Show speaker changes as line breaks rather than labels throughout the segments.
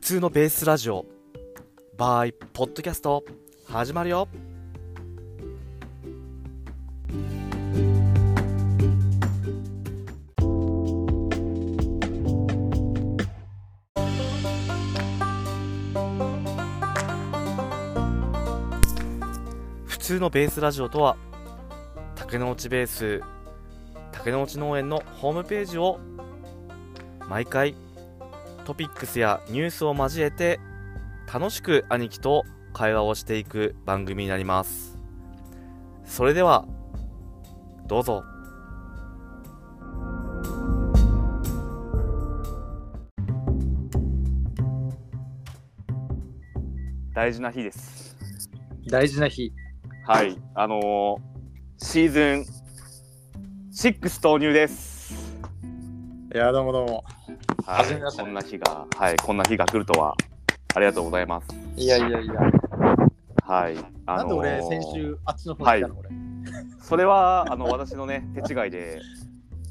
通のベースラジオ by ポッドキャスト始まるよ普通のベースラジオとは竹之内ベース竹之内農園のホームページを毎回トピックスやニュースを交えて楽しく兄貴と会話をしていく番組になりますそれではどうぞ大事な日です
大事な日。
はいあのーシーズン6投入です
いや、どうもどうも。
はい、
初めまして
こんな日が、はい、こんな日が来るとは、ありがとうございます。
いやいやいや。
はい、あ
なんで
の
俺、
ー
先週、あっちの方行ったの、俺。
それは、あの、私のね、 手違いで、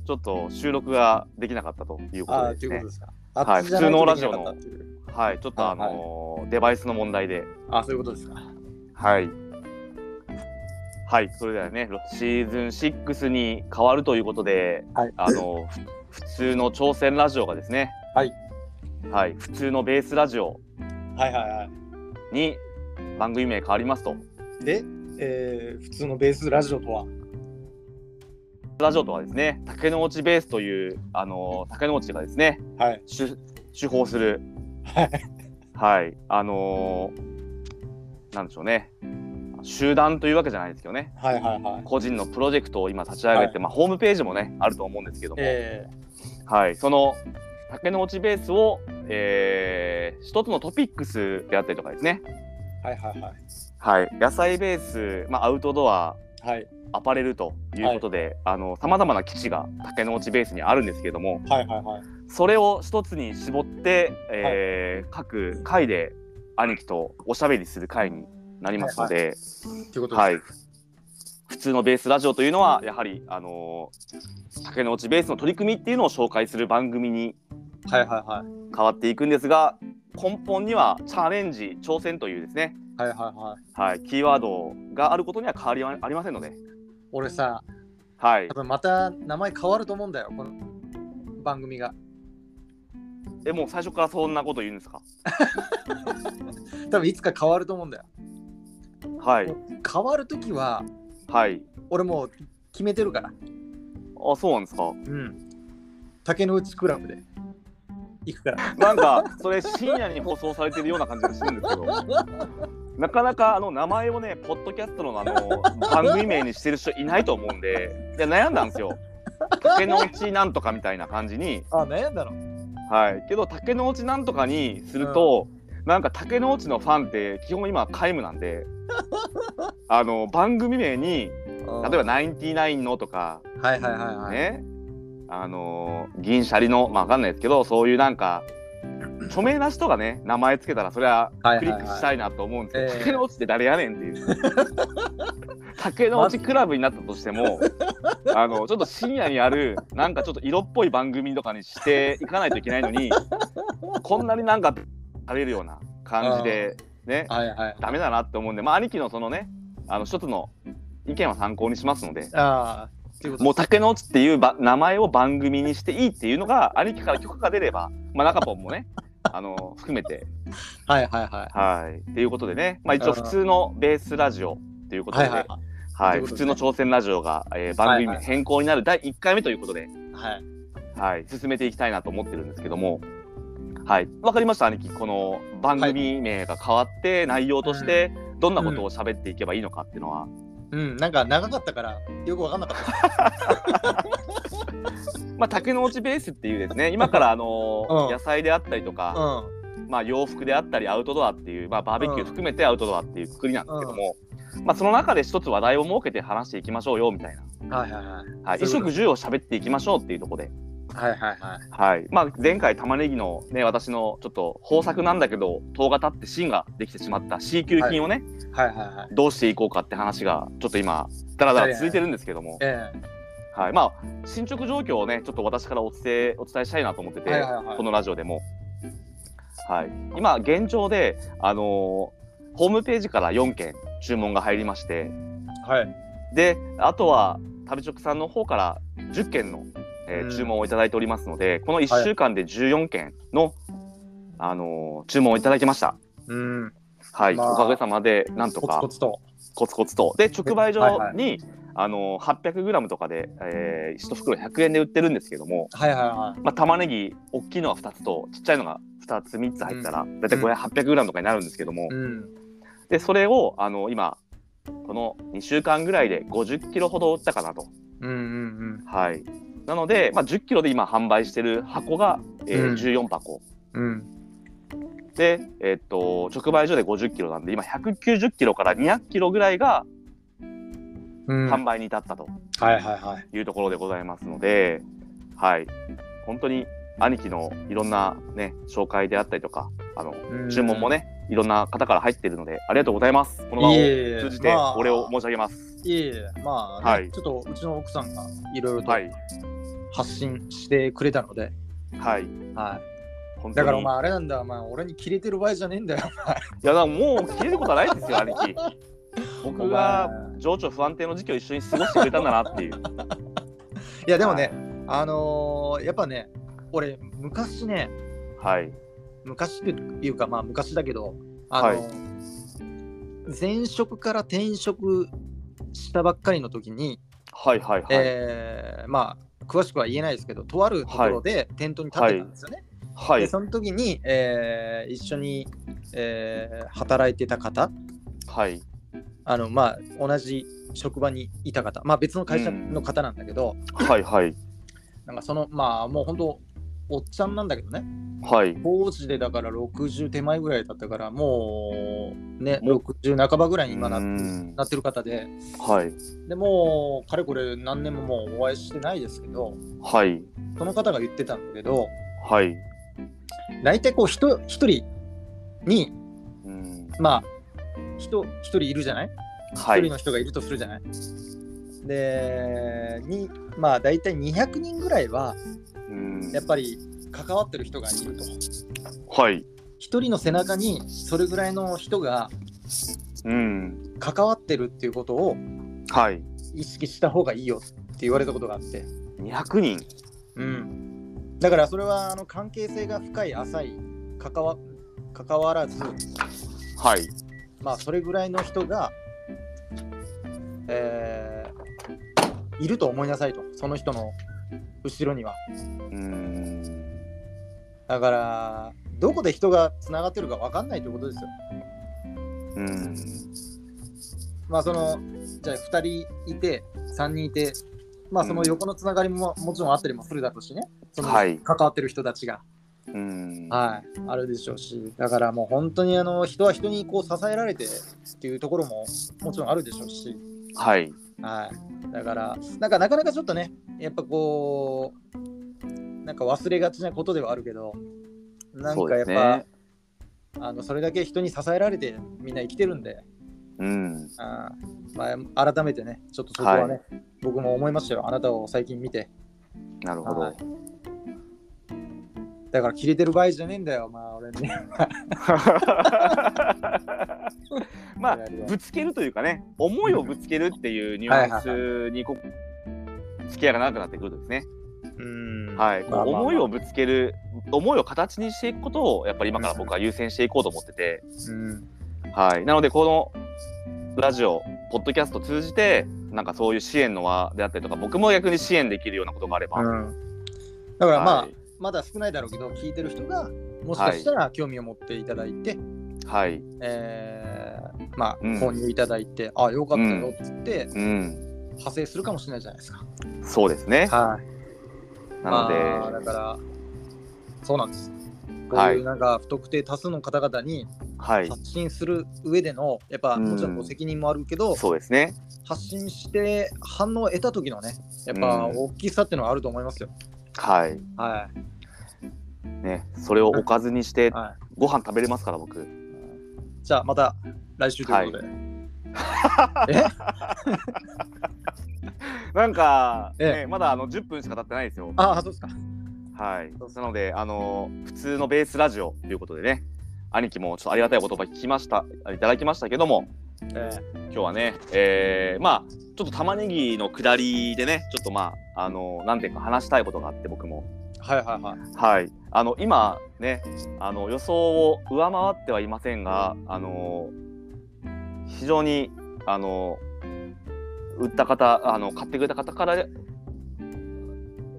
ちょっと収録ができなかったというこ
あ
と
あ、
で
と
す
いうこ
ね
と。ですか。
はい
あっちじゃないと
普通の
できなかったっていう
はい、ちょっと、あのーデバイスの問題で、
あ、そういうことですか。
はい。はい、それではね、シーズン6に変わるということで、
はい
あのふ普通の挑戦ラジオがですね、
はい、
はい、普通のベースラジオ
はいはいは
に番組名変わりますと。
い。で、えー、普通のベースラジオとは。
ラジオとはですね、竹之内ベースという、あの竹之内がですね、
はい。
主手法する、
はい。
はい、あのーなんでしょうね、集団というわけじゃないですけどね、
はいはいはい。
個人のプロジェクトを今立ち上げて、
は
まあ、ホームページもね、あると思うんですけども、
え
はい、その竹之内ベースを、えー一つのトピックスであったりとかですね、
ー、はいはいはい。
はい、野菜ベース、まあ、アウトドア、
はい
アパレルということで、あのさまざまな基地が竹之内ベースにあるんですけども、
はいはいはい。
それを一つに絞って、えー各回で兄貴とおしゃべりする回になりますので、
ということです。
はい普通のベースラジオというのはやはり、あのー竹の内ベースの取り組みっていうのを紹介する番組に
はいはいはい。
変わっていくんですが根本にはチャレンジ挑戦というですね、
はいはいはい。
はい、キーワードがあることには変わりはありませんので、
俺さ、
はい
多、分また名前変わると思うんだよ、この番組が。
えもう最初からそんなこと言うんですか
多分いつか変わると思うんだよ。
はい
変わるときは、
はい
俺もう決めてるから。
あそうなんですか
うん。竹の内クラブで行くから。
なんかそれ深夜に放送されてるような感じがするんですけどなかなかあの名前をねポッドキャストのあの番組名にしてる人いないと思うんでいや悩んだんですよ竹の内なんとかみたいな感じに
あ、悩んだの。
はいけど竹の内なんとかにすると、なんか竹の内のファンって基本今皆無なんであの番組名に例えば「ナインティナインの」とか
ば、はいはいはいはい。
ね、あのー銀シャリの、まあ、わかんないですけど、そういうなんか、著名な人がね、名前つけたら、それは
はい
ク
はい
リ
はい
ックしたいなと思うんですけど、
ええ
竹の落ちって誰やねんっていう。 竹の落ちクラブになったとしても、あの、ちょっと深夜にある、なんかちょっと色っぽい番組とかにしていかないといけないのに、こんなになんか食べるような感じで、ね、
はいはい。
ダメだなって思うんで、まあ、兄貴のそのね、あの、一つの意見は参考にしますので、
ああ、っていうこと
もう竹の内っていうば名前を番組にしていいっていうのが兄貴から許可が出れば、まあ、中ポンも ねあの含めて
はいはいは
はいっていうことでね、まあ、一応
あ
普
ー
通のベースラジオというこ
い。
とで
は
ね、
いは
はい
いということ
普
で
通の挑戦ラジオが、えー番組
は
名
いはい
変更になる第1回目ということで、
はい。はい。
はい、進めていきたいなと思ってるんですけども。はい、わかりました兄貴この番組名が変わって、内容としてどんなことを喋っていけばいいのかっていうのは、
うん、なんか長かったから、よくわかんなかった。
まあ、竹の内ベースっていうですね今からあの、
うん
野菜であったりとか、
う
まあ、洋服であったりアウトドアっていう、まあ、バーベキュー含めてアウトドアっていうくくりなんですけども、まあ、その中で一つ話題を設けて話していきましょうよみたいな、
ん。はいはいはい。
はい、衣
そういうこと
食住を喋っていきましょうっていうところで、
はいはいはい。
はいまあ、前回玉ねぎのね私のちょっと豊作なんだけど糖が立って芯ができてしまった C 級菌をね、
はいはいはい。
どうしていこうかって話がちょっと今だらだら続いてるんですけども、
え
はいまあ、進捗状況をねちょっと私からお伝えお伝えしたいなと思ってて、
はいはいはい
このラジオでも。はい、今現状で、あのーホームページから4件注文が入りまして
はい。
であとは食べ直さんの方から10件の、えー
うん
注文をいただいておりますのでこの
は
1
い
週間で14件の、あのー注文をいただきました。
うん。
はい、
まあ
おかげさまでなんと
コ
か
ツコツと。
コツコツと。で直売所に、
はいはい
あのー 800g とかで、え1袋100円で売ってるんですけども、
はいはいは
まあ、玉ねぎ大きいのが2つとちっちゃいのが2つ3つ入ったら大体これ 800g とかになるんですけども、
い。うん。
でそれをあの今この2週間ぐらいで50キロほど売ったかなと。
うんうん
はいなので、まあ、10キロで今販売してる箱が、えー
うん
14箱
うん。うん。
で、えっと直売所で50キロなんで今190キロから200キロぐらいが
うん、は
販
い
売に至ったと
はいはい。
いうところでございますので、はい本当に兄貴のいろんな、ね、紹介であったりとかあの
うん
注文も。ね、いろんな方から入ってるので、ありがとうございます。この場を
いえいえ
通じて
まあ
お礼を申し上げます。
いえいえ、まあ、ね
はい
ちょっとうちの奥さんがいろいろと
はい、
発信してくれたので、
はい、
は
本
い。
当
だ
に。
からお前あれなんだ、お前俺にキレてる場合じゃねえんだよ。
いや、だからもう切れることはないですよ、兄 貴。僕が
お前
情緒不安定の時期を一緒に過ごしてくれたんだなっていう。
いやでもね、あのーやっぱね、俺昔ね、
はい、
昔っていうかまあ昔だけど、あの前職から転職したばっかりの時に、
はい、はい、はい、
えーまあ詳しくは言えないですけど、とあるところで店頭に立ってたんですよね。
は
で
い、
その時に、えー一緒に、えー働いてた方
はい、
あの、まあ、同じ職場にいた方、まあ、別の会社の方なんだけど、
はい、はい、
なんかそのまあもう本当おっちゃんなんだけどね
はい、
当時でだから60手前ぐらいだったからもうね
もう
60半ばぐらいに今な
うーん
なってる方で
はい、
でもうかれこれ何年ももうお会いしてないですけど
はい、
その方が言ってたんだけど
はい。
大体こう人一人に
うーん
まあ人一人いるじゃない
は
一人
い、
の人がいるとするじゃない。でにまあ大体200人ぐらいは
うん
やっぱり関わってる人がいると。
はい、
一人の背中にそれぐらいの人が
うん、
関わってるっていうことを
はい、
意識した方がいいよって言われたことがあって、
200人、
うん、だからそれはあの関係性が深い浅い関わ関わらず、
はい、
まあ、それぐらいの人が、えーいると思いなさいとその人の後ろには
うーん、
だからどこで人がつながってるか分かんないということですよ
うん、
まあそのじゃあ2人いて3人いてまあその横のつながりももちろんあったりもするだろうしねその
はい
関わってる人たちが、
うん、
はい、あるでしょうしだからもう本当にあの人は人にこう支えられてっていうところももちろんあるでしょうし、
はい、
はい、だからなんかなかなかちょっとねやっぱこうなんか忘れがちなことではあるけどなんかやっ
そう
ぱ
で
あのそれだけ人に支えられてみんな生きてるんで。
うん。
あーまあ、改めてね、ちょっとそこはね、僕も思いましたよ、あなたを最近見て。
なるほど
は。だから、切れてる場合じゃねえんだよ、まあ、俺に。
まあ、ぶつけるというかね、思いをぶつけるっていうニュアンスにこ付き合いが長くなってくるんですね。
うん
はい、こう
まあまあまあ
思いをぶつける、思いを形にしていくことを、やっぱり今から僕は優先していこうと思ってて。
うん
はい、なので、このラジオ、ポッドキャスト通じて、なんかそういう支援の輪であったりとか、僕も逆に支援できるようなことがあれば。
うんだから、まあ、
はい
まだ少ないだろうけど、聞いてる人が、もしかしたら興味を持っていただいて、
はい、
えーまあ、
うん
購入いただいて、あよかったよって言って、
うん、
派生するかもしれないじゃないですか。
そうですね。
はい。
なので、
まあ、だから、そうなんです。こう
はい
いうなんか不特定多数の方々に
はい、
発信する上でのやっぱ
うん
もちろんご責任もあるけど、
そうですね。
発信して反応を得た時のねやっぱ
うん
大きさっていうのはあると思いますよ、
はい、
はい
ね、それをおかずにして、
は
ご飯食べれますから、僕。
い、じゃあまた来週ということで、
なんか、
ええ
ね、まだあの10分しか経ってないですよ。
ああそうですか
はい、なので、あのー普通のベースラジオということでね、兄貴もちょっとありがたいお言葉聞きました、いただきましたけども、今日はね、えーまあ、ちょっと玉ねぎの下りでね、ちょっとまあ、あのーなんていうか話したいことがあって、僕も。
はいはいはい。
はい、あの今ねあの予想を上回ってはいませんが、あの非常にあの売った方あの買ってくれた方から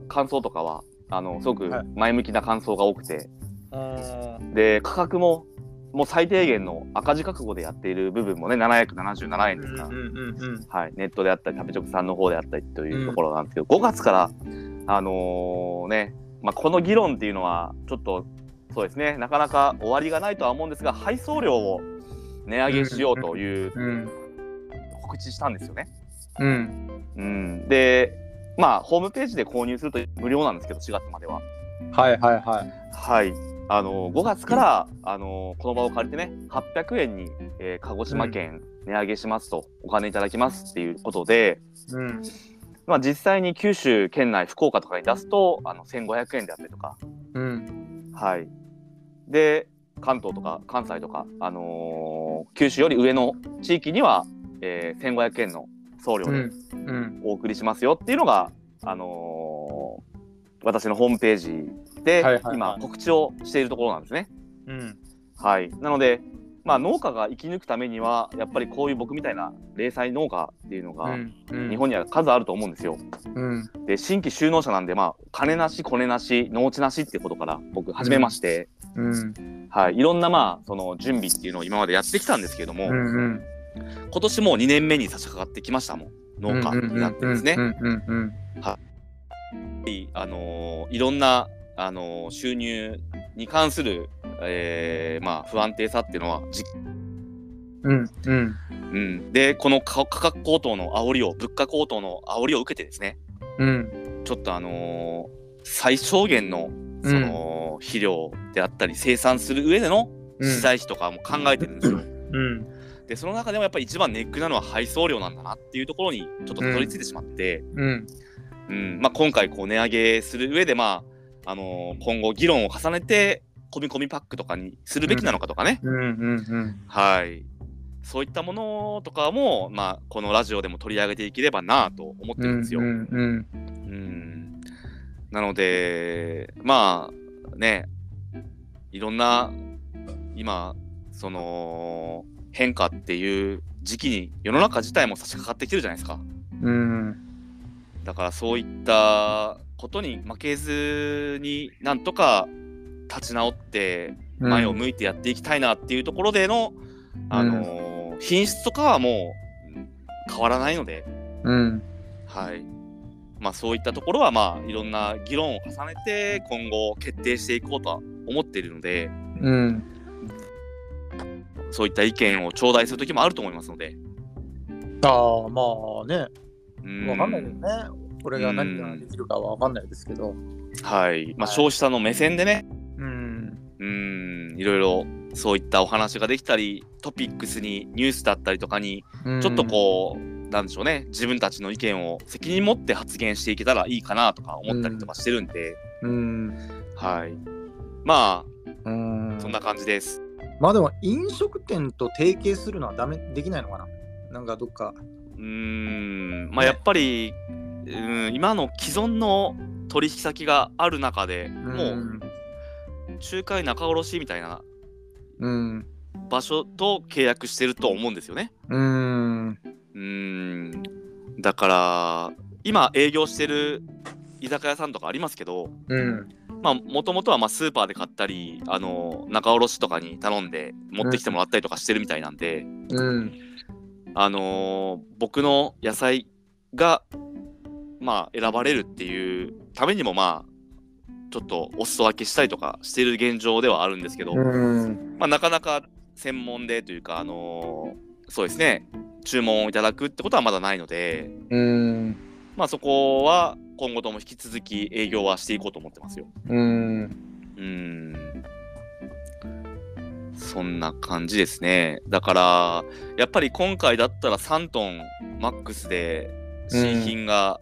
感想とかはあのすごく
はい
前向きな感想が多くて、
うーん。
で価格ももう最低限の赤字覚悟でやっている部分もね777円ですから、
うんうん
はい、ネットであったり食べチョクさんの方であったりというところなんですけど、5月からあのーね、まあ、この議論っていうのはちょっとそうですねなかなか終わりがないとは思うんですが配送料を値上げしようという
うん。
告知したんですよね。
うん。
うん、でまあホームページで購入すると無料なんですけど4月までは。
はいはいはい。
はいあのー5月から、あのーこの場を借りてね800円に、えー鹿児島県値上げしますと、お金いただきますっていうことで、
うん。
まあ、実際に九州県内福岡とかに出すとあの1500円であったりとか、
うん。
はい、で関東とか関西とか、あのー九州より上の地域には、えー、1500円の送料
う
で
ん。うん。
お送りしますよっていうのが、あのー私のホームページで、
はいはいはい
今告知をしているところなんですね。
うん。
はい、なので、まあ、農家が生き抜くためにはやっぱりこういう僕みたいな零細農家っていうのが、
うん。
日本には数あると思うんですよ。
うん。
で新規就農者なんで、まあ、金なし、コネなし、農地なしってことから僕、始めまして、
うん。
はい、いろんな、まあ、その準備っていうのを今までやってきたんですけれども、
うん。うん。
今年もう2年目に差し掛かってきましたもん、農家になってですね
う。んうんうん
あのーいろんな、あのー収入に関する、えーまあ、不安定さっていうのはじ、
うんうん
うん、で、この価価格高騰の煽りを、物価高騰の煽りを受けてですね、
うん
ちょっとあのー最小限のその肥料であったり生産する上での
うん
資材費とかも考えてるんですよ。
うん
でその中でもやっぱり一番ネックなのは配送料なんだなっていうところにちょっとたどり着いてしまって、
うん
うんまあ、今回こう値上げする上で、まああのー今後議論を重ねて込み込みパックとかにするべきなのかとかね、
うんうん
はいそういったものとかも、まあ、このラジオでも取り上げていければなと思ってるんですよ。
うんうん
うんなので、まあね、いろんな今、その変化っていう時期に世の中自体も差し掛かってきてるじゃないですか。
うん
だからそういったことに負けずになんとか立ち直って
うん
前を向いてやっていきたいなっていうところでの、あのー品質とかはもううん変わらないので、
うん
はい。まあそういったところはまあいろんな議論を重ねて今後決定していこうとは思っているので、
うん
そういった意見を頂戴する時もあると思いますので。
ああまあね
うん
わかんないですね俺が何ができるかはわかんないですけ
はい。
ど
まあ
はい
消費者の目線でね、
うん
うん、いろいろそういったお話ができたり、トピックスにニュースだったりとかに、ちょっとこう、なんでしょうね、自分たちの意見を責任持って発言していけたらいいかなとか思ったりとかしてるんで、
うん
はい。ま
うん
あ、そんな感じです。
まあでも飲食店と提携するのはダメできないのかななんかどっか
うーんまあ
ね
やっぱり、うん、今の既存の取引先がある中でもう仲介仲卸みたいな
うん
場所と契約してると思うんですよね。
うん
うーんだから今営業してる居酒屋さんとかありますけど
うん
まあもともとはまあスーパーで買ったりあの仲卸とかに頼んで持ってきてもらったりとかしてるみたいなんで、
うん
あのー僕の野菜が、まあ、選ばれるっていうためにも、まあ、ちょっとお裾分けしたりとかしてる現状ではあるんですけど、
うん
まあ、なかなか専門でというか、あのーそうですね、注文をいただくってことはまだないので、
うん
まあ、そこは今後とも引き続き営業はしていこうと思ってますよ。
うん
うーんそんな感じですね。だから、やっぱり今回だったら3トンマックスで新品が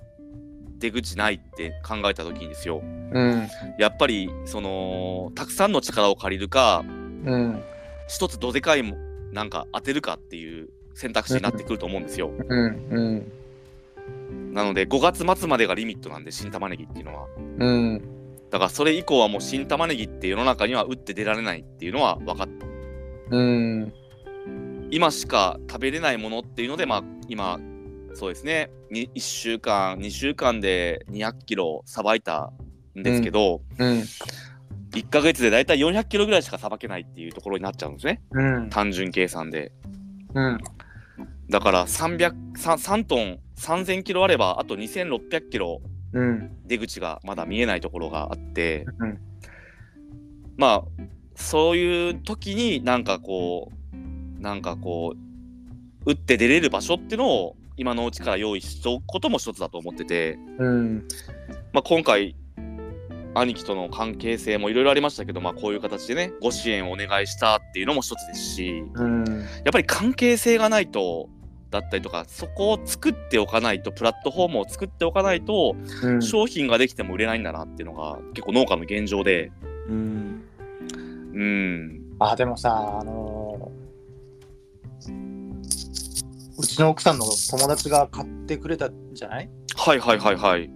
出口ないって考えた時にですよ
うん。
やっぱりそのたくさんの力を借りるか
うん。
一つどでかいもなんか当てるかっていう選択肢になってくると思うんですよ。
うん。うん。
なので5月末までがリミットなんで新玉ねぎっていうのは。
うん。
だからそれ以降はもう新玉ねぎって世の中には打って出られないっていうのは分かっ
うん。
今しか食べれないものっていうのでまあ今そうですねに1週間2週間で2 0 0キロさばいたんですけど、
うん。
1ヶ月でだいたい4 0 0キロぐらいしかさばけないっていうところになっちゃうんですね
うん。
単純計算で
うん。
だから300 3, 3トン3000キロあればあと2600キロ
うん。
出口がまだ見えないところがあって、
うん
まあそういう時になんかこうなんかこう打って出れる場所っていうのを今のうちから用意しておくことも一つだと思ってて、
うん。
まあ、今回兄貴との関係性もいろいろありましたけど、まあ、こういう形でねご支援をお願いしたっていうのも一つですし
うん。
やっぱり関係性がないとだったりとかそこを作っておかないとプラットフォームを作っておかないと、
うん
商品ができても売れないんだなっていうのが結構農家の現状で
うん
うん
あでもさあのーうちの奥さんの友達が買ってくれたんじゃない
はいはいはいはい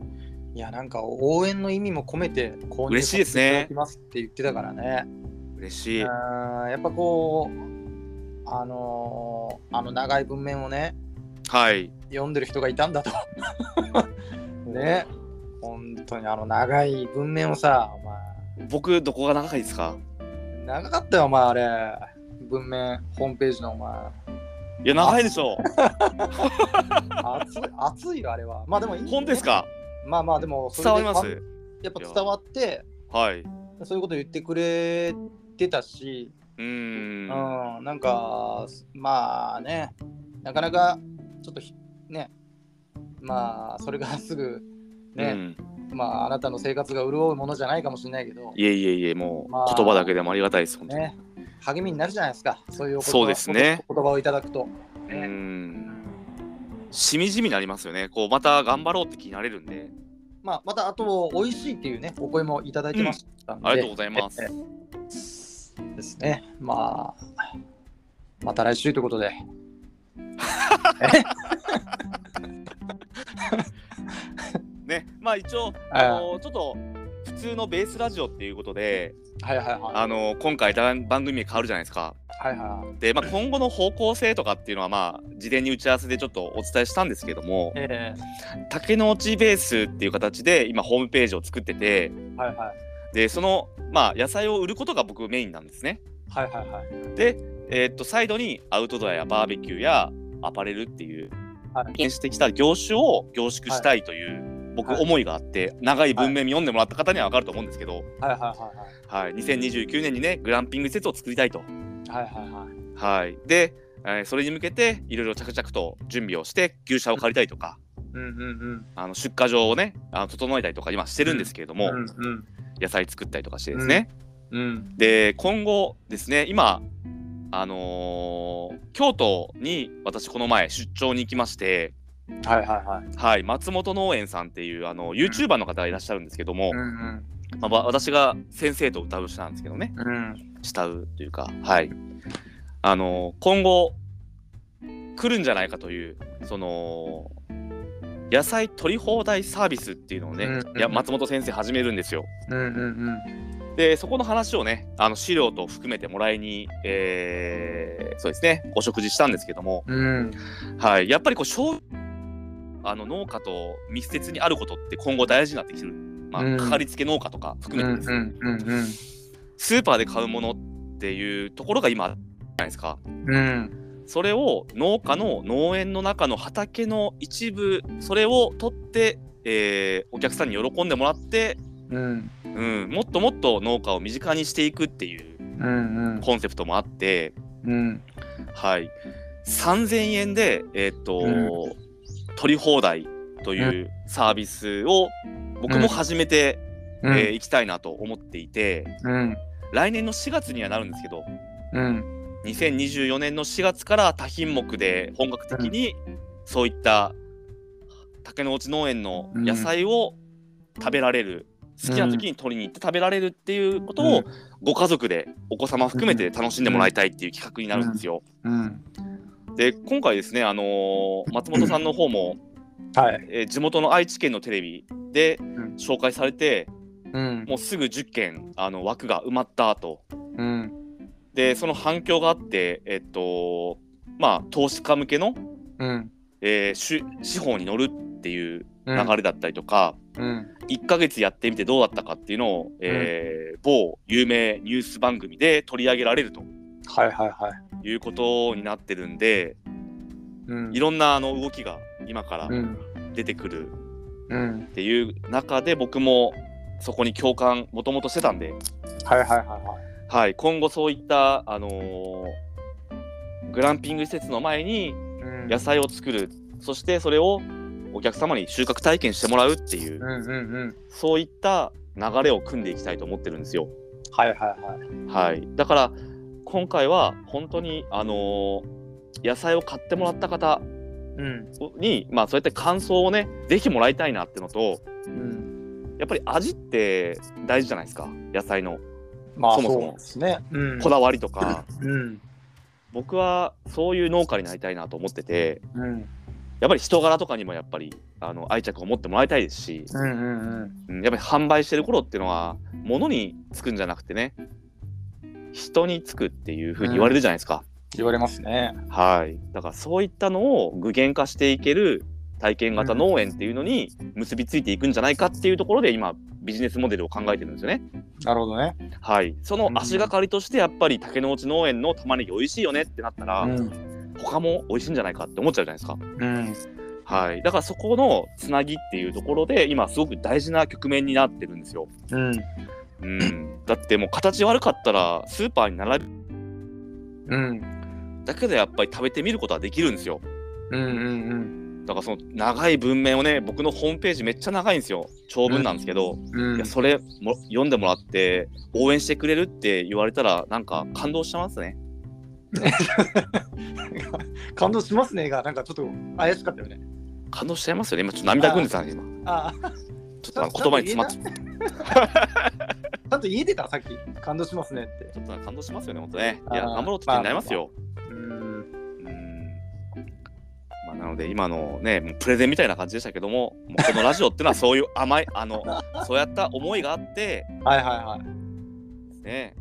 いやなんか応援の意味も込めて購入
嬉しいで
させ
す
てい
ね
ただきますって言ってたからね
嬉しい
あーやっぱこうあのーあの長い文面をね
はい
読んでる人がいた んだとね本当にあの長い文面をさお
僕どこが長いですか
前長かったよお前あれ文面ホームページのお前
いや長いでし ょ
熱い熱いよあれはまあでもいいんだよ
本ですか
まあまあでもそれで
伝わります
やっぱ伝わって
はい
そういうこと言ってくれてたし、
う
うんん、なんかまあねなかなかちょっとひねまあそれがすぐ
う
ね、
ん
まああなたの生活が潤うものじゃないかもしれないけど、
いえいえいえもう
まあ
言葉だけでもありがたいです本当に
ね、励みになるじゃないですかそういうお言葉
そうですね
お言葉をいただくと、
う
ね
んしみじみなりますよねこうまた頑張ろうって気になれるんで
まあ、またあと美味しいっていうねお声もいただいてましたんで、
ありがとうございます
ええですね。まあ、また来週ということで。
ねまあ一応
あ
あのちょっと普通のベースラジオっていうことで
はいはいは
あの今回だん番組変わるじゃないですか
い。はいはい。
で、まあ、今後の方向性とかっていうのは、まあ、事前に打ち合わせでちょっとお伝えしたんですけども
え
竹の内ベースっていう形で今ホームページを作ってて
えはいはい。
でその、まあ、野菜を売ることが僕メインなんですね。
はいはいはい。
で、えーっとサイドにアウトドアやバーベキューやアパレルっていう
はい
経験してきた業種を凝縮したいという。僕
はい
思いがあって長い文面読んでもらった方には分かると思うんですけど、
はいはいはいはい。
はい、2029年にねグランピング施設を作りたいと
はいはいはい。
はい、で、えーそれに向けていろいろ着々と準備をして牛舎を借りたりとか
うんうん
あの出荷場をねあの整えたりとか今してるんですけれども、
うん。うん
野菜作ったりとかしてですね、
うん。うん。
で今後ですね今あのー京都に私この前出張に行きまして、
はいはいはい。
はい、松本農園さんっていうあの YouTuber の方がいらっしゃるんですけども、
うんうん。
まあわ私が先生と歌う人なんですけどね
うん。
慕うというか、はい、あの今後来るんじゃないかというその野菜取り放題サービスっていうのをね、
うんうん
いや松本先生始めるんですよ。
うんうん
でそこの話をねあの資料と含めてもらいに、えーそうですねお食事したんですけども、
うん。うん。
はい、やっぱりこう商あの農家と密接にあることって今後大事になってきてる、まあ
うん
かかりつけ農家とか含
う
めて
ん
です
う
ね、
んうん
スーパーで買うものっていうところが今あるじゃないですか。
うん。うん。
それを農家の農園の中の畑の一部それを取って、えーお客さんに喜んでもらって、
うん。
うん、もっともっと農家を身近にしていくっていう
うん
コンセプトもあって、
うん。
はい、3000円で、えーっと
う
取り放題というサービスを僕も始めてい、
うん。
えー行きたいなと思っていて
うん。
来年の4月にはなるんですけど
うん。
2024年の4月から多品目で本格的にそういった竹の内農園の野菜を食べられる、好きな時に取りに行って食べられるっていうことを、
うん
ご家族でお子様含めて楽しんでもらいたいっていう企画になるんですよ。
うん。
で今回ですね、あのー松本さんの方も、
はい。
えー地元の愛知県のテレビで
ん
紹介されて、
うん。
もうすぐ10件あの枠が埋まったと。
うん。
でその反響があって、えっとまあ、投資家向けの、
うん。
えーし司法に乗るっていう
うん。
流れだったりとか、
うん。
1ヶ月やってみてどうだったかっていうのを、えー某有名ニュース番組で取り上げられると
はいはいはい。
いうことになってるんで
うん
い。ろんなあの動きが今から
うん。
出てくる
うん。
っていう中で僕もそこに共感もともとしてたんで、
はいはいはいはい。
はい、今後そういった、あのーグランピング施設の前に
うん
野菜を作るそしてそれをお客様に収穫体験してもらうっていう
うんうんうん。
そういった流れを組んでいきたいと思ってるんですよ。
はいはいはい。
はい、だから今回は本当に、あのー野菜を買ってもらった方
うん。
に、まあ、そうやって感想をねぜひもらいたいなってのと
うん。
やっぱり味って大事じゃないですか野菜の
まあ
そもそ
そ
も
うですね。うん
こだわりとか、
うん。
僕はそういう農家になりたいなと思ってて
うん。
やっぱり人柄とかにもやっぱりあの愛着を持ってもらいたいですし、
うんうんうん。
うん、やっぱり販売してる頃っていうのは物につくんじゃなくてね人につくっていうふうに言われるじゃないですか。
言われますね。
はい、だからそういったのを具現化していける体験型農園っていうのに結びついていくんじゃないかっていうところで今ビジネスモデルを考えてるんですよね。
なるほどね。
はい、その足がかりとしてやっぱり竹の内農園の玉ねぎ美味しいよねってなったら、
うん。
他も美味しいんじゃないかって思っちゃうじゃないですか。
うん。
はい、だからそこのつなぎっていうところで今すごく大事な局面になってるんですよ。
うん。
うん、だってもう形悪かったらスーパーに並ぶ
うん。
だけでやっぱり食べてみることはできるんですよ。
うんうん
だからその長い文面をね僕のホームページめっちゃ長いんですよ長文なんですけど、
うん。う
い
ん
や。それも読んでもらって応援してくれるって言われたらなんか感動しちゃいますね
感動しますねが、なんかちょっと怪しかったよね。
感動しちゃいますよね今ちょっと涙ぐんでたね今
ああ、
ちょっとなんか言葉に詰まっちゃ
ちゃんと言えてた、さっき。感動しますねって。
ちょっとなんか感動しますよね本当ねいや
あー
頑張ろうって気になりますよ、
うん。
うんまあ、なので今のねもうプレゼンみたいな感じでしたけどももうこのラジオってのはそういう 甘いあのそうやった思いがあって
はいはいはい。
ね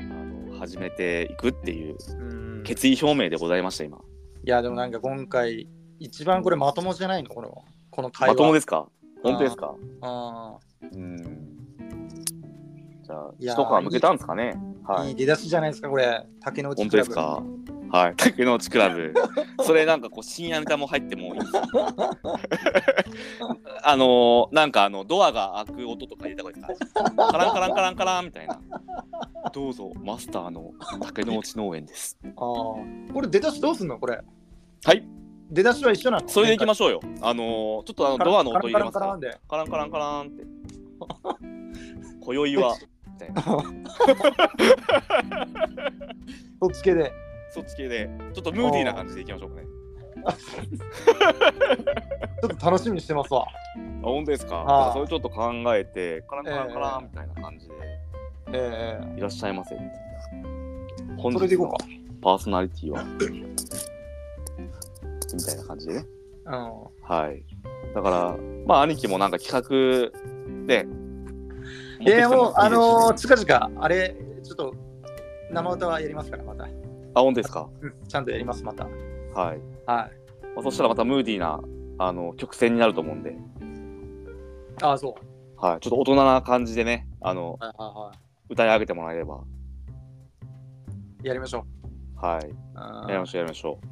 あの始めていくっていう
うんい
決意表明でございました今
や、でもなんか今回、一番これまともじゃないのこの、この会話。。
まともですすか本当ですか
あ
うん。じゃあ、
いやー
一皮向けたんですかね。
あ、、
はい
い
い。
出だしじゃないですか、これ。竹の内
本
ク
当
ラ
で
ブ
すか。はい。竹の内クラブ。それなんかこう深夜ネタも入って もいいですあのー、なんかあのドアが開く音とか入れた方がいいですか。カランカランカランカランみたいな。どうぞマスターの竹の内農園です。
ああ。これ出だしどうすんのこれ。
はい。
出だしは一緒なの
それでいきま
し
しょうよ。あのー、ちょっとあのドアの音入れますから。
で。
カランカランカラン って。今宵はみたいな。
そっち系で。
そっち系で、ちょっとムーディーな感じでいきましょうかね。
ちょっと楽しみにしてますわ。
あ本当ですか。だ
は
か
い
らそれちょっと考えて、カランカランカランみたいな感じで、
え
いらっしゃいませ。
え
本
それで
日
いこう
の
か。
パーソナリティは、みたいな感じでね。
う
はい。だから、まあ、兄貴もなんか企画で、
ん、いやもうあのー
ー、
近々あれちょっと生歌はやりますからまた、う
あ、本当ですか。
ん、ちゃんとやりますまた
はい。
はい
まあ、そしたらまたムーディーな、あの、曲線になると思うんで、
ああそう
はい。ちょっと大人な感じでね、あの、
はいは
歌い上げてもらえれば、
いはいやりましょ
はい。
ううん
やりましょうやりましょう。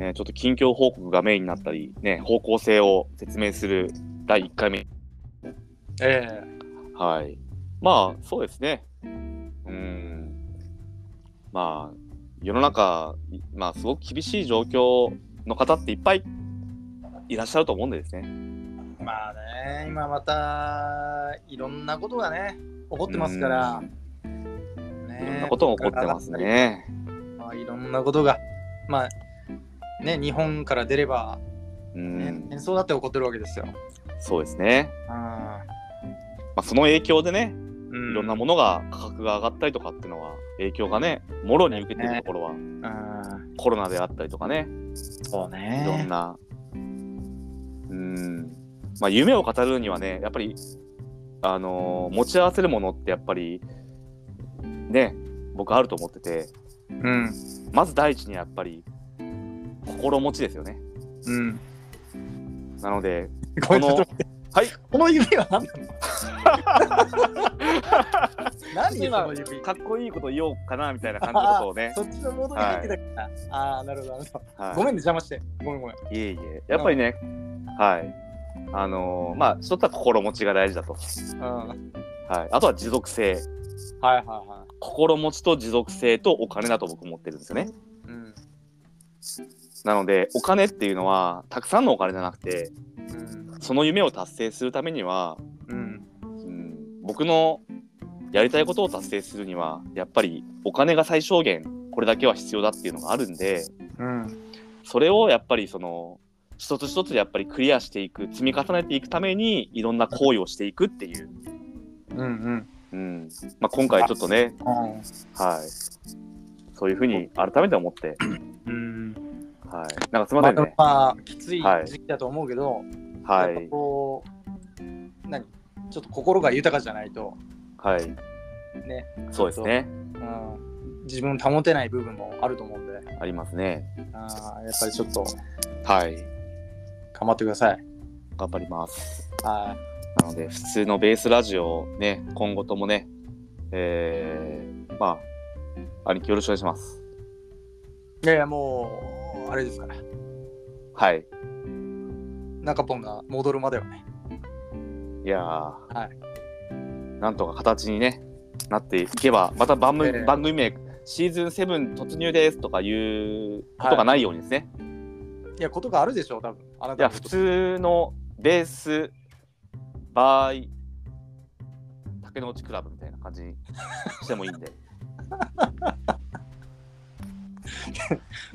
ね、ちょっと近況報告がメインになったり、ね、方向性を説明する第1回目。
ええ
はい。まあ、そうですね。うーん。まあ、世の中、いまあ、すごく厳しい状況の方っていっぱいいらっしゃると思うんでですね。
まあね今またいろんなことがね起こってますから、ね
いろんなことが起こってますね。
まあ、いろんなことがまあね日本から出れば
うん
演奏だって起こってるわけですよ。
そうですね。
あ
まあ、その影響でね、
うん
いろんなものが価格が上がったりとかっていうのは影響がね、もろに受けてるところは、
うん
コロナであったりとかね、
そう
いろん
ね。
な。うん。まあ、夢を語るにはね、やっぱり、あのー持ち合わせるものってやっぱり、ね、僕あると思ってて、
うん。
まず第一にやっぱり、心持ちですよね。
うん。
なので、
こ
この
の、
はい。
この指は何なの何その指
かっこいいこと言おうかなみたいな感じのことを ね。
そっちのモードに入ってたから。ああ、なるほど、なるほど。
はい
ごめんね、邪魔して。ごめんごめん。
いえいえ、やっぱりね、はい。あのーまあ、一つは心持ちが大事だと。
うん。はい
はい。あとは持続性。
はいは
心持ちと持続性とお金だと僕思ってるんですよね。
い。うん。
なので、お金っていうのは、たくさんのお金じゃなくて、その夢を達成するためには、
うん。
うん、僕のやりたいことを達成するには、やっぱりお金が最小限、これだけは必要だっていうのがあるんで、
うん。
それをやっぱりその一つ一つやっぱりクリアしていく積み重ねていくためにいろんな行為をしていくっていう、
うん。うん。
うんまあ、今回ちょっとね
うん。
はいそういうふうに改めて思って、
うん。
はい、なんかすみ
ま
ま
あ、
せんね、
まあ、きつい
はい
時期だと思うけど、
は
やっぱ
い
こう、何ちょっと心が豊かじゃないと、
はい
ね、
そうですね
うん、自分を保てない部分もあると思うんで、
ありますね
あーやっぱりちょっと
はい
頑張ってください。
頑張ります
は
なので普通のベースラジオをね今後ともねえー、まあ兄貴よろしくお願いします
い。いやいや、もう、あれですから、
はい
中ポンが戻るまではね。
いやー、
は
なんとか形に、ね、なっていけば、また番組,、
ええ
番組名、シーズン7突入ですとかいうことがないようにですね、、
いや、ことがあるでしょう、多分あないた
や、
のこ
普
と
通のベース、バイ、竹之内クラブみたいな感じにしてもいいんで、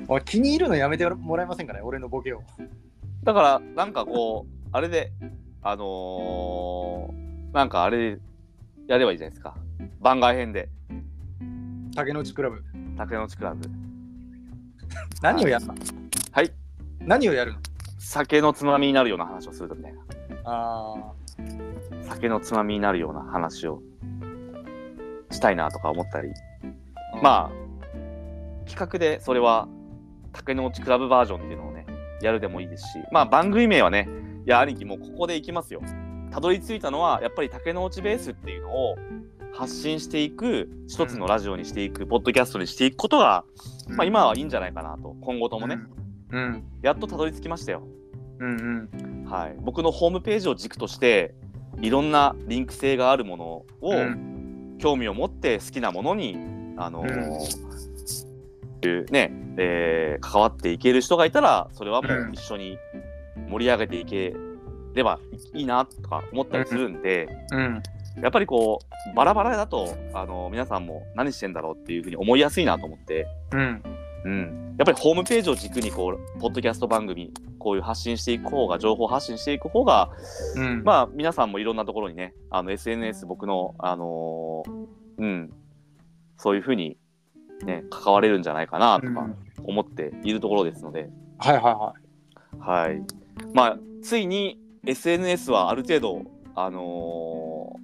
おい気に入るのやめてもらえませんかね、俺のボケを。
だから、なんかこう、あれで、あのーなんかあれやればいいじゃないですか、番外編で、
竹の内クラブ。
竹之内クラブ、
何をやるの
はい、
何をやるの
酒のつまみになるような話をするみたいな。
あ
酒のつまみになるような話をしたいなとか思ったり、
あ、あ、
まあ企画でそれは竹の内クラブバージョンっていうのをねやるでもいいですしまあ番組名はねいや兄貴もうここでいきますよたどり着いたのはやっぱり竹の内ベースっていうのを発信していく一つのラジオにしていく、ポッドキャストにしていくことが、まあ、今はいいんじゃないかなと今後ともね、
うん、
やっとたどり着きましたよ
うん、うん、
はい、僕のホームページを軸としていろんなリンク性があるものを、
う
興味を持って好きなものに、あのいうねえー関わっていける人がいたらそれはもう一緒に盛り上げていければいいいなとか思ったりするんで、
うん、
やっぱりこうバラバラだと、あの皆さんも何してんだろうっていうふうに思いやすいなと思って。
うん、
うん、やっぱりホームページを軸にこうポッドキャスト番組こういう発信していく方が情報発信していく方が
うん、
まあ皆さんもいろんなところにね、あの SNS 僕のあのーうんそういうふうにね関われるんじゃないかなと
うん
か思っているところですので、
はいはいは
はい。まあついに SNS はある程度あのー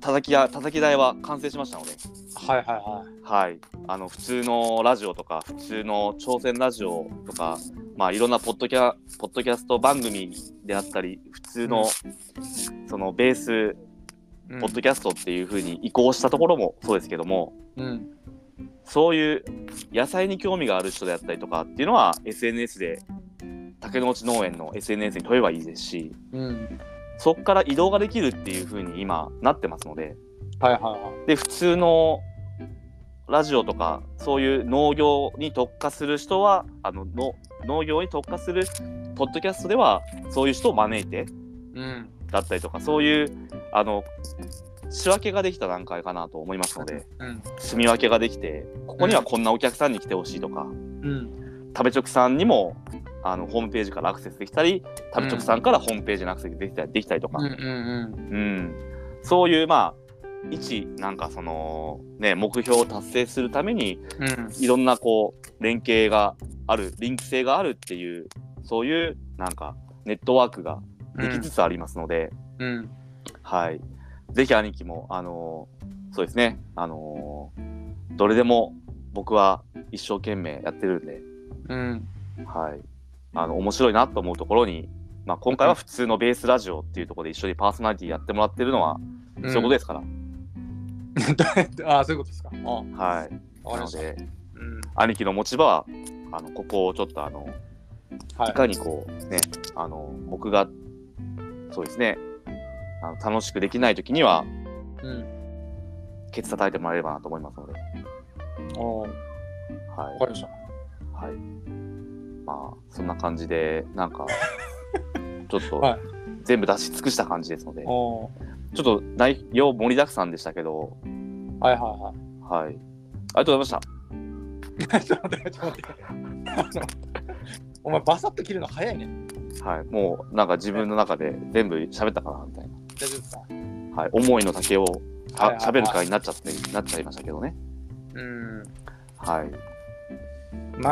叩きや叩き台は完成しましたので、
い。はいはいはい。
はい。あの普通のラジオとか普通の挑戦ラジオとか。まあ、いろんなポッドキャポッドキャスト番組であったり普通のそのベース
うん
ポッドキャストっていう風に移行したところもそうですけども、
うん、
そういう野菜に興味がある人であったりとかっていうのは SNS で竹之内農園の SNS に問えばいいですし、
うん、
そこから移動ができるっていう風に今なってますので、
はいはいはい。
で普通のラジオとかそういう農業に特化する人はあのの農業に特化するポッドキャストではそういう人を招いて
うん、
だったりとかそういうあの仕分けができた段階かなと思いますので。
うん、
住み分けができてここにはこんなお客さんに来てほしいとか、
うん、
食べ直さんにもあのホームページからアクセスできたり食べ直さんからホームページにアクセスできたりできたりとか、
うんうん
うん、そういうまあ一なんかそのね目標を達成するために
うんうん
いろんなこう連携があるリンク性があるっていうそういうなんかネットワークができつつありますので、
うん
はいぜひ兄貴もあのーそうですねあのーどれでも僕は一生懸命やってるんで
うん
はい、あの面白いなと思うところに、まあ、今回は普通のベースラジオっていうところで一緒にパーソナリティやってもらってるのは、そういうことですから、
す ああそういうことですかあ
はい、
あわかり
な
ま
の
した
で
うん
兄貴の持ち場はあのここをちょっとあの
はい
いかにこうねあの僕がそうですねあの楽しくできない時には
うん
ケツ叩いてもらえればなと思いますので、
おー
はい
わかりました
はい、まあそんな感じでなん かちょっと、
はい
全部出し尽くした感じですのでちょ
おー
っと内容盛りだくさんでしたけど
はいはいはい
はい。ありがとうございまし
ちょっと待って、ちょっと待って。あの お前、バサッと切るの早いね。
た。はい。もう、なんか自分の中で全部喋ったかな、みたい
大丈夫ですか
な。はい。思いの丈を
はい
あ
はい
喋る会になっちゃって、なっちゃいましたけどね。
うん。
はい。
ま
ま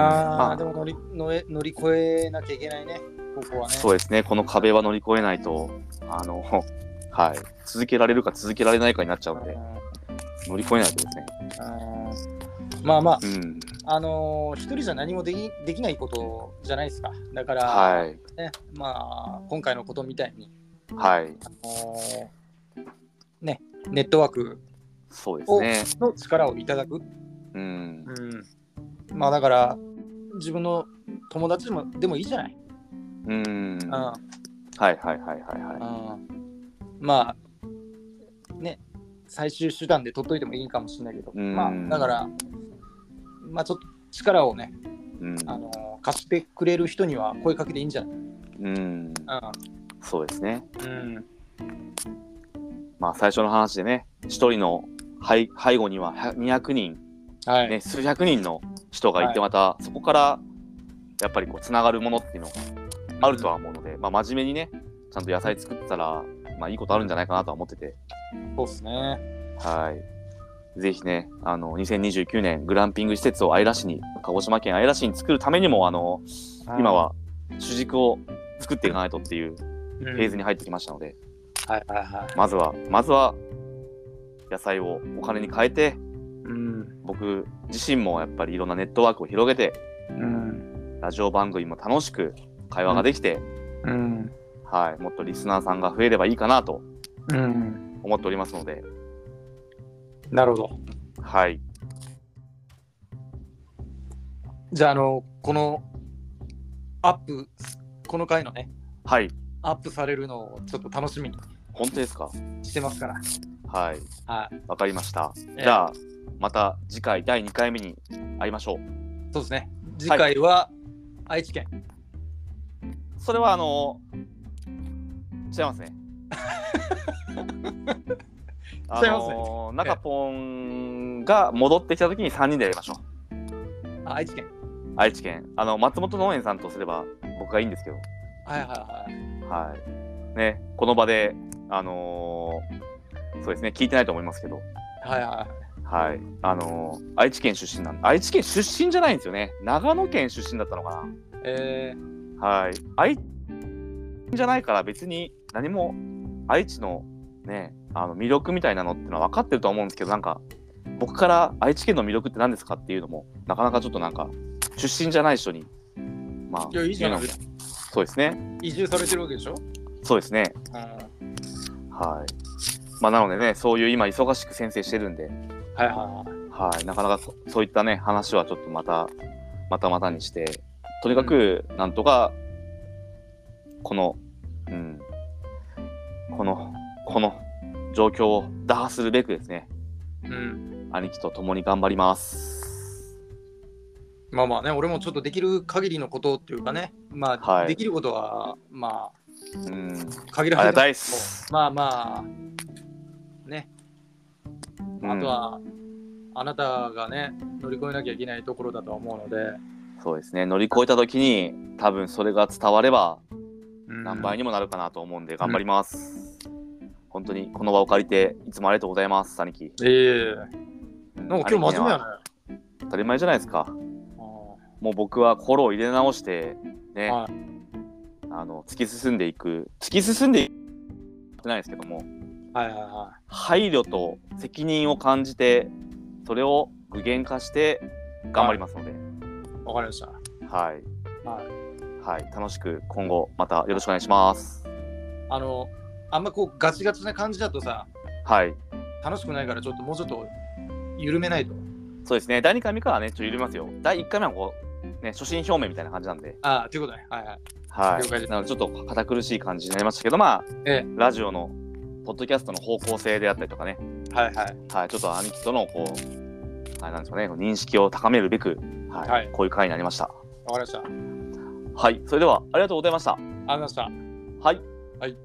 あ、
あ
でも乗り乗え乗り越えなきゃいけないね、ここはね。
そうですね。この壁は乗り越えないと、あの、はい。続けられるか続けられないかになっちゃうので、乗り越えないとですね。
うんまあまあ、
うん。
あのー一人じゃ何もできできないことじゃないですか。だから、
はい。
ね、まあ、今回のことみたいに、
はい。
あのーね、ネットワーク
そうですね。
の力をいただく。
うん。
うん、まあ、だから、自分の友達でもでもいいじゃない。
うん。
うん
はいはいはいはいは
まあね最終手段で取っといてもいいかもしれないけど、
うん
まあだからまあちょっと力をね、
い。うん。
あのー貸してくれる人には声かけていいんじゃない
うん。そうですね。
うん、
まあ最初の話でね、一人の背背後にはは200人、
はい、
ね、数百人の人がいて、
は
またそこからやっぱりこうつながるものっていうのがあるとは思うので、まあ真面目にね、ちゃんと野菜作ったら、まあいいことあるんじゃないかなとは思ってて、
そうですね
はい。ぜひね、あの、2029年グランピング施設を姶良市に、鹿児島県姶良市に作るためにも、あの、今、は主軸を作っていかないとっていう
うん
フェーズに入ってきましたので、
はいはいはい、
まずは、まずは野菜をお金に変えて、
うん
僕自身もやっぱりいろんなネットワークを広げて
うん
ラジオ番組も楽しく会話ができて、
うん
はい、もっとリスナーさんが増えればいいかなと
うん
思っておりますので、
なるほど
はい、
じゃああのこのアップこの回のね
はい、
アップされるのをちょっと楽しみに
本当ですか
してますから
はい、
はい
わかりました。
ええ
じゃあ、また次回第2回目に会いましょう。
そうですね。次回は愛知県。
それはあの違います ね。あ
違いますね
の中ポンが戻ってきた時に3人でやりましょう。
あ愛知県。
愛知県。あの、松本農園さんとすれば僕がいいんですけど。
はいはいはい。
はい。ね、この場で、あのーそうですね、聞いてないと思いますけど、
はいは
はい。あのー愛知県出身なん愛知県出身じゃないんですよね。長野県出身だったのか
い。えー、
な。はい。愛知じゃないから別に何も愛知のね、あの魅力みたいなのってのは分かってると思うんですけど、なんか、僕から愛知県の魅力って何ですかっていうのも、なかなかちょっとなんか、出身じゃない人に、まあ、
いやいいじゃない
言うのもそうですね。
移住されてるわけでしょ
そうですね。
うん。はい
はい。まあ、なのでね、そういう今忙しく先生してるんで、
はいはい。
はい、なかなかそそういったね、話はちょっとまた、またまたにして、とにかく、なんとか、この、うん、この、この状況を打破するべくですね、
うん。
兄貴と共に頑張ります。
まあまあね、俺もちょっとできる限りのことっていうかね、まあ、
はい
できることは、ま
うん、
あ、限ら
ありが
れ
たいっ
てる
す。
まあまあ、ね、
うん
あとは、あなたがね、乗り越えなきゃいけないところだとは思うので、
そうですね乗り越えた時に多分それが伝われば何
何
倍にもなるかなと思うんで頑張ります、本当にこの場を借りていつもありがとうございますサニキ
ええ
うん
なんか今日
兄貴
真面目や
には当たり前じゃないですか
ね。
もう僕は心を入れ直してね、
は
あの突き進んでいく突き進んでいくってないですけども
はいはいは
配慮と責任を感じてそれを具現化して頑張りますので、
い。わかりました。
はい
はい
はい、楽しく今後またよろしくお願いします。
あの、あんまこうガチガチな感じだとさ、
はい、
楽しくないからちょっともうちょっと緩めないと。
そうですね。第2回目からはね、ちょっと緩めますよ。第1回目はこう、ね、初心表明みたいな感じなんで、
ああ、ということね。はいはい。
は
了解で
い。
す
なので、ちょっと堅苦しい感じになりましたけど、まあ、
え
ラジオの、ポッドキャストの方向性であったりとかね、
はいはい。
はい、ちょっと兄貴との、こう、あれなんですかね、認識を高めるべく、はい、
はい
こういう回になりました。
わかりました。ありがとう
はい、それでは、ありがとうございました。
ございました。
はい。
はい。